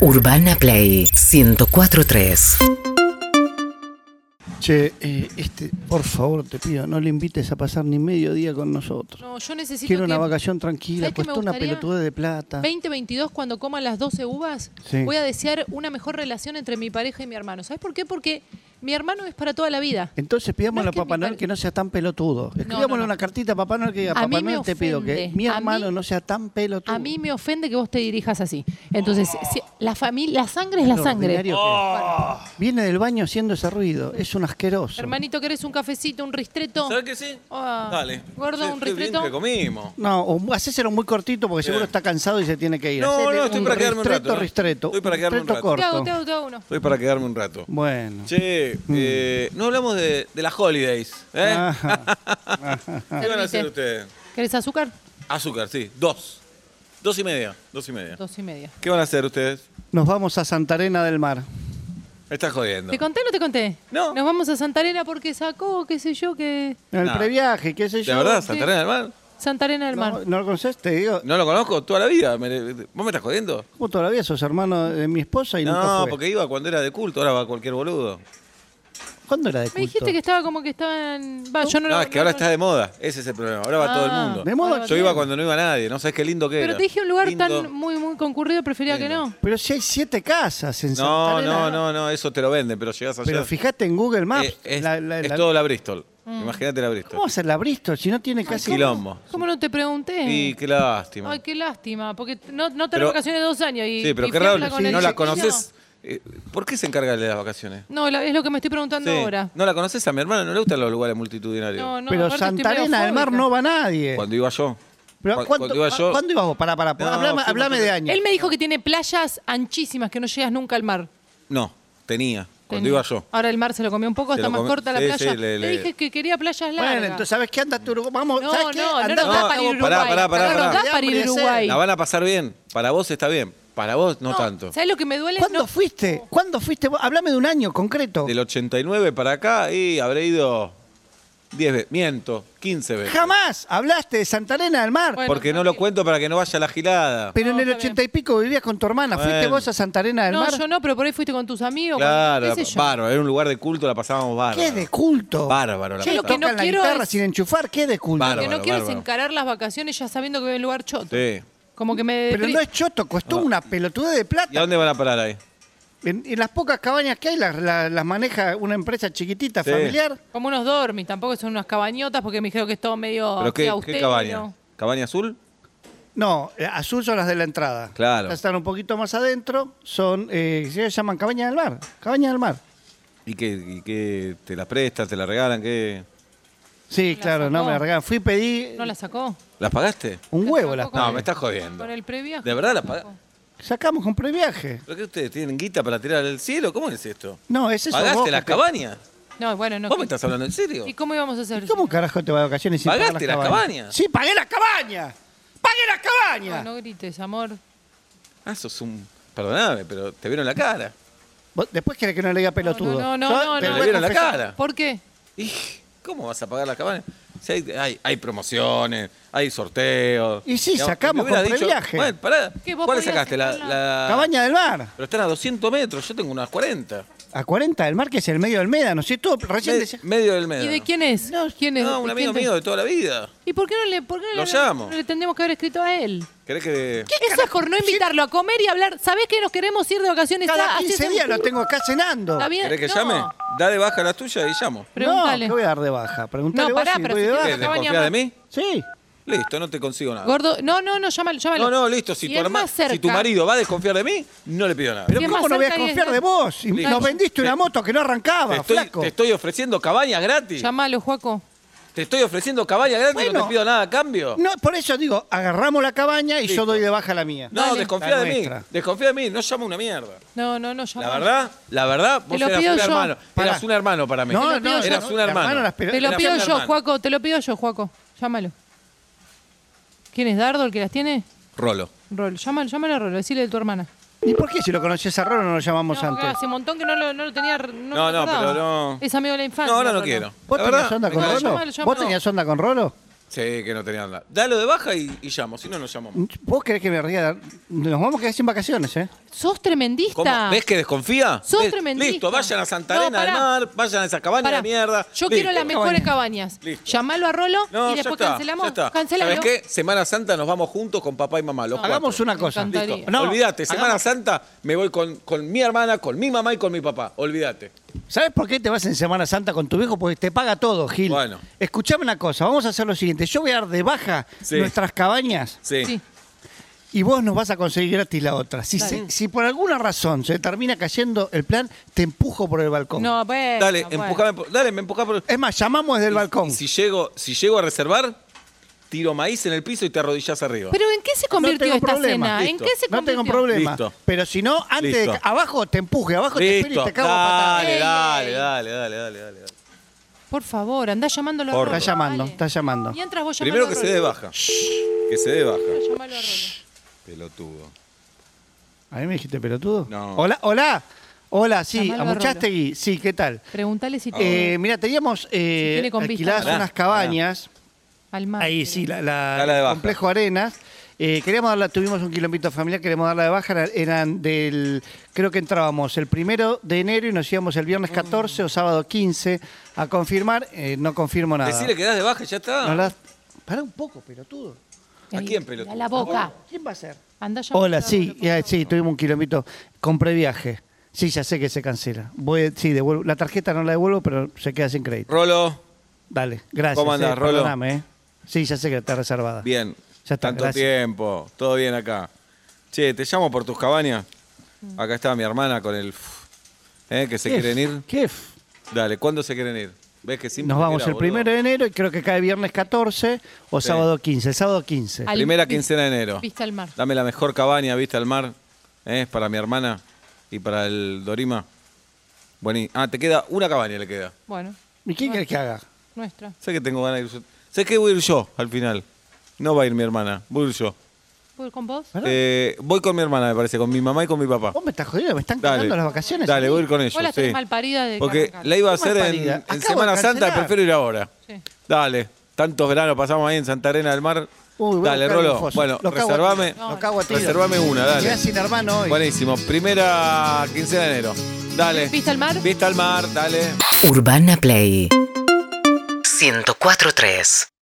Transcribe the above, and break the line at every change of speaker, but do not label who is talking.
Urbana Play 1043.
Che, eh, este, por favor, te pido, no le invites a pasar ni medio día con nosotros.
No, yo necesito
Quiero una
que
vacación tranquila,
¿Sabés qué me
puesto una
gustaría?
pelotuda de plata.
2022, cuando coman las 12 uvas,
Sí.
voy a desear una mejor relación entre mi pareja y mi hermano. ¿Sabes por qué? Porque mi hermano es para toda la vida.
Entonces pidámosle
No
a
es que
Papá
mi
Noel
pare-
que no sea tan pelotudo. Escribámosle
no.
una cartita a Papá Noel que diga,
A
Papá
mí me
Noel te pido que
ofende.
mi
A
hermano
mí-
no sea tan pelotudo.
A mí me ofende que vos te dirijas así. Entonces, si- la, familia, la sangre es la sangre.
Ordinario que
Oh.
es. Viene del baño haciendo ese ruido, es un asqueroso.
Hermanito, ¿querés un cafecito, un ristreto?
¿Sabes que sí?
Ah,
Dale.
gordo, un
qué bien
ristreto.
que comimos.
No, o hacéselo muy cortito porque seguro
Bien.
está cansado y se tiene que ir.
No,
Hacele
no, estoy
un
para quedarme un
ristreto,
rato, ¿no?
ristreto.
Estoy para quedarme un
ristreto
Te hago, te
corto. Mm.
hago, te hago uno.
Estoy para quedarme un rato.
Bueno.
Che,
Mm.
eh, no hablamos de, de las holidays. ¿eh?
Ajá.
¿Qué van a
Permite.
hacer ustedes?
¿Querés azúcar?
Azúcar, sí. Dos. Dos y media. Dos y media.
Dos y media.
¿Qué van a hacer ustedes?
Nos vamos a Santarena del Mar.
Me estás jodiendo.
¿Te conté o no te conté?
No.
Nos vamos a Santarena porque sacó, qué sé yo, que...
El
No.
previaje, qué sé
¿De
yo.
verdad? ¿Santarena del Mar?
Santarena del Mar.
No, no lo conoces, te digo.
No lo conozco toda la vida. Me- ¿Vos me estás jodiendo?
Vos todavía sos hermano de mi esposa y nunca
No,
fue.
porque iba cuando era de culto, ahora va cualquier boludo.
¿Cuándo era de culto?
Me dijiste que estaba como que estaban... Va, yo no, lo-
No, es que ahora
no-
está de moda. Ese es el problema. Ahora va
Ah.
todo el mundo.
¿De moda?
Ahora va
Yo
todo el
iba
mundo.
cuando no iba nadie. No sabes qué lindo que era.
Pero te dije un lugar
Lindo.
tan muy, muy concurrido, prefería que no.
Pero si hay siete casas en
No,
Santarena.
no, no, no, eso te lo venden, pero llegas allá.
Pero fíjate en Google Maps.
Eh, es,
la- la-
es
la-
todo la Bristol.
Mm.
Imagínate la Bristol.
¿Cómo va a ser la Bristol si no tiene casi...
Quilombo.
¿Cómo no te pregunté?
Y qué lástima.
Ay, qué lástima, porque no, no tenés
Pero-
vacaciones de dos años y...
sí, pero
y
qué
fiarla
raro,
con
sí,
el
no la
chiquillo.
conoces. Eh, ¿Por qué se encarga de las vacaciones?
No, la- es lo que me estoy preguntando
Sí.
ahora.
No la conoces a mi hermana, no le gustan los lugares multitudinarios.
No, no,
Pero
aparte estoy
Santarena
medio
del Mar
fóbica.
no va nadie.
Cuando iba yo.
Pero,
Cu-
¿cuánto-
cuando iba yo.
¿Cuándo ibas vos? Pará, pará.
No,
hablame
fuimos
hablame de
nosotros.
años.
Él me dijo que tiene playas anchísimas que no llegas nunca al mar.
No, tenía. Cuando
Tenía.
iba yo.
Ahora el mar se lo comió un poco,
Se
está
lo
más
comió-
corta la
sí,
playa.
sí,
le
le- le-
dije que quería playas largas.
Bueno, entonces, ¿sabes qué? Anda a Uruguay. Vamos,
No,
¿sabes qué?
no, no
Andá-
nos da para ir a
No, pará,
Uruguay.
pará, pará,
no nos da
pará.
para ir a Uruguay.
La van a pasar bien. Para vos está bien. Para vos no, tanto.
¿Sabes lo que me duele?
¿Cuándo
No,
fuiste? ¿Cuándo fuiste vos? Hablame de un año concreto.
Del 89 para acá y habré ido 10 veces. Miento, 15 veces.
Jamás hablaste de Santarena del Mar.
Bueno,
Porque no lo cuento para que no vaya la gilada.
Pero
No,
en el
está bien.
ochenta y pico vivías con tu hermana. ¿Fuiste
Bueno.
vos a Santarena del
no,
Mar?
yo no, pero por ahí fuiste con tus amigos. con-
Claro,
qué sé yo.
bárbaro. Era un lugar de culto, la pasábamos bárbaro.
¿Qué de culto?
Bárbaro la
Che,
Lo que
tocan
no
la
quiero
guitarra
es-
sin enchufar. ¿Qué de culto?
Lo que no
Bárbaro,
quiero es
bárbaro.
encarar las vacaciones ya sabiendo que voy a un lugar choto.
Sí.
Como que me...
Pero no es choto, costó una pelotuda de
¿Y
plata.
a dónde van a parar ahí?
En, en las pocas cabañas que hay las, las- las maneja una empresa chiquitita,
Sí.
familiar.
Como unos dormis, tampoco son unas cabañotas porque me dijeron que es todo medio...
¿Pero qué,
así
qué
austero.
cabaña? ¿Cabaña azul?
No, eh, azul son las de la entrada.
Claro.
Las están un poquito más adentro, son, eh, se llaman cabañas del mar. Cabañas del mar.
¿Y qué, y qué te la prestan, te la regalan? ¿Qué?
Sí, claro, no
sacó.
me regalan. Fui y pedí
¿No la sacó?
¿Las pagaste?
un huevo. Las
sacó
No,
Con-
me estás jodiendo.
Con el previaje.
¿De verdad las pagaste?
Sacamos con previaje.
¿Pero qué ustedes tienen guita para tirar al cielo? ¿Cómo es esto?
No, es eso. vos
¿Pagaste
que
las
te-
cabañas?
No, bueno, no.
¿Vos me estás hablando en serio?
¿Y cómo íbamos a hacer?
¿Cómo carajo te vas de vacaciones sin
¿Pagaste
pagar
las cabañas?
Sí, pagué las cabañas. ¡Pagué las cabañas!
Ay, no grites, amor.
Ah, sos un... Perdoname, pero te vieron la cara.
Vos Después querés que no le diga pelotudo.
no, no,
Yo
no,
te
no.
voy
Le
a
vieron la
confesar.
cara.
¿Por qué?
Ij, ¿Cómo vas a pagar las cabañas? Si hay, hay- hay promociones, hay sorteos.
Y sí,
Digamos,
sacamos
me hubiera
con previaje.
Bueno, pará.
¿Qué, vos
¿Cuál
podías
sacaste? La,
sacar
la-
Cabaña del mar.
Pero están a 200 metros, yo tengo unas 40.
A 40 del mar, que es el medio del médano. Si tú recién
Me-
decías-
medio del medio.
¿Y de quién es?
No,
¿Quién es?
No, un
¿De
amigo
quién te-
mío de toda la vida.
¿Y por qué no le, por qué no
Lo
le-
llamo.
no le tendríamos que haber escrito a él?
¿Querés que.?
Eso es por no invitarlo a comer y hablar. ¿Sabés que nos queremos ir de vacaciones?
Cada
Ah,
15
hacés un
días lo
tour.
tengo acá cenando.
Está bien.
¿Querés que
no.
llame? Da de baja las tuyas y llamo.
Preguntale.
No, ¿qué voy a dar de baja? Preguntale
No,
vos
pará,
si
pero
voy
si
de
te-
baja.
Cabaña
¿Desconfías
más.
de mí?
Sí.
Listo, no te consigo nada.
Gordo, no, no, no, llámalo, llámalo.
No, no, listo. Si tu,
es
herma-
más cerca-
si tu marido va a desconfiar de mí, no le pido nada.
Pero
Si es
¿cómo
más
no voy a
cerca y es
confiar de
lejos.
vos? Y
Listo.
Nos vendiste una moto que no arrancaba,
Te estoy,
flaco.
te estoy ofreciendo cabañas gratis.
Llámalo, Juaco.
Te estoy ofreciendo cabañas gratis y
Bueno.
no te pido nada a cambio.
No, por eso digo, agarramos la cabaña y yo
Listo.
doy de baja la mía.
No,
Dale.
desconfía
La
de mí.
nuestra.
Desconfía de mí. No llama una mierda.
No, no, no,
La
llámalo.
verdad, la verdad, vos
lo
eras un
pido yo.
hermano.
Pará.
Eras un hermano para mí.
No,
Te lo
no,
pido
eras
yo.
un
La
hermano.
mano las pe-
Te lo
Era
pido
un
yo,
hermano.
Juaco, te lo pido yo, Juaco. Llámalo. ¿Quién es Dardo el que las tiene?
Rolo.
Rol, llámalo, llámalo a Rolo, decile de tu hermana.
¿Y por qué si lo conoces a Rolo no lo llamamos
No, porque
antes?
hace un montón que no lo, no lo tenía. No,
No,
me
no,
acordaba.
pero no.
Es amigo de la infancia.
No, ahora no
Rolo.
quiero.
¿Vos
La
tenías
verdad,
onda con
no,
Rolo?
llámalo, llámalo.
¿Vos tenías onda con Rolo?
Sí, que no tenían nada. Dalo de baja y, y llamo, si no, no llamamos.
¿Vos querés que me ría? Nos vamos a quedar sin vacaciones, ¿eh?
Sos tremendista.
¿Cómo? ¿Ves que desconfía?
Sos
¿Ves?
tremendista.
Listo, vayan a Santa
No,
Elena del
pará.
Mar, vayan a esa cabaña
Pará.
de mierda.
Yo
Listo.
quiero las mejores cabañas.
Listo.
Llamalo a Rolo
No,
y después
ya está,
cancelamos.
ya está.
Cancelalo.
¿Sabes qué? Semana Santa nos vamos juntos con papá y mamá. Los cuatro.
Hagamos una cosa.
encantaría.
Listo.
No,
Olvídate, Semana
hagamos-
Santa me voy con, con mi hermana, con mi mamá y con mi papá. Olvídate.
¿Sabes por qué te vas en Semana Santa con tu viejo? Porque te paga todo, Gil.
Bueno.
Escuchame una cosa, vamos a hacer lo siguiente. Yo voy a dar de baja
Sí.
nuestras cabañas
Sí.
Sí.
y vos nos vas a conseguir gratis la otra. Si,
Dale.
se- si por alguna razón se termina cayendo el plan, te empujo por el balcón.
No, bueno,
Oh. Dale,
bueno.
empujame por- dale, me empujá por
Es más, llamamos desde el balcón.
Si llego, si llego a reservar, tiro maíz en el piso y te arrodillás arriba.
Pero ¿en qué se convirtió
tengo
esta
problema.
cena? ¿En
Listo.
qué se
no
convirtió?
tengo problema.
Listo.
Pero si no, antes de
Listo.
ca- abajo te empuje, abajo te espero y
Listo.
te cago a patadas.
Dale,
Ey,
dale,
ey.
dale, dale, dale, dale, dale.
Por favor, andá llamándolo a
Por-
Rolo.
Está llamando,
Dale.
está llamando.
Mientras vos llamalo
Primero
a
que se
Rolo.
dé baja. Que se dé baja.
Llamalo a Rolo.
Pelotudo.
¿A mí me dijiste pelotudo?
No.
Hola, hola. Hola, sí,
Llamalo a Rolo.
Amuchastegui. Sí, ¿qué tal?
Preguntale
Ah,
si te
Eh, mira, teníamos eh,
tiene con vista. Ah,
alquiladas
Pará,
unas
pará.
cabañas.
al mar.
Ahí sí, la, la-
Dala de baja.
complejo Arenas. Eh, queríamos darla, tuvimos un kilómetro familiar, queremos darla de baja. era- Eran del, creo que entrábamos el primero de enero y nos íbamos el viernes 14 o sábado 15 a confirmar. Eh, no confirmo nada.
Decirle que das de baja y ya está.
Nos la- Pará un poco, pelotudo.
¿A
Ahí,
quién, pelotudo?
A la boca.
¿Quién va a ser?
Andá llamando
Hola,
a
sí,
Rolo, por
eh,
favor.
sí, tuvimos un kilómetro. Compré viaje. Sí, ya sé que se cancela. Voy, sí, devuelvo. La tarjeta no la devuelvo, pero se queda sin crédito.
Rolo,
Dale, gracias.
¿Cómo andás,
eh,
Rolo?
perdoname, eh. Sí, ya sé que está reservada.
bien.
Ya está,
Tanto
gracias.
tiempo, todo bien acá. Che, te llamo por tus cabañas.
Mm.
Acá está mi hermana con el. f- ¿Eh? Que se
¿Qué
quieren
f-
ir.
¿Qué? f-
Dale, ¿cuándo se quieren ir? ¿Ves que simple
Nos vamos
que era,
el
boludo?
primero de enero y creo que cae viernes 14 o
Sí.
sábado 15. El sábado 15.
Al-
Primera
vi-
quincena de enero.
vista al mar.
Dame la mejor cabaña, vista al mar. ¿eh? Es para mi hermana y para el Dorima. Bueno, y- ah, te queda una cabaña, le queda.
Bueno,
¿Y quién querés que haga?
nuestra.
Sé que tengo ganas de ir yo. Sé que voy a ir yo al final. No va a ir mi hermana, voy a ir yo.
¿Voy con vos?
¿Verdad?
Eh, voy con mi hermana, me parece, con mi mamá y con mi papá.
Vos me estás jodiendo, me están
Dale.
cagando las vacaciones.
Dale, voy a ir con
Vos
ellos.
la tenés
sí.
malparida de que
Porque
arrancaste.
la iba a
¿Cómo
hacer en,
malparida?
en
Acabo de
Semana Santa,
cancelar.
prefiero ir ahora.
Sí.
Dale, tantos veranos pasamos ahí en Santa Arena del Mar.
Uy, voy a
Dale,
buscar un
Rolo.
foso.
Bueno,
Lo cago a
reservame.
tiro, lo cago a tiro.
reservame una, dale.
Me quedás sin hermano hoy.
Buenísimo, primera quincena de enero. Dale.
¿Vista al mar?
Vista al mar, dale.
Urbana Play 104.3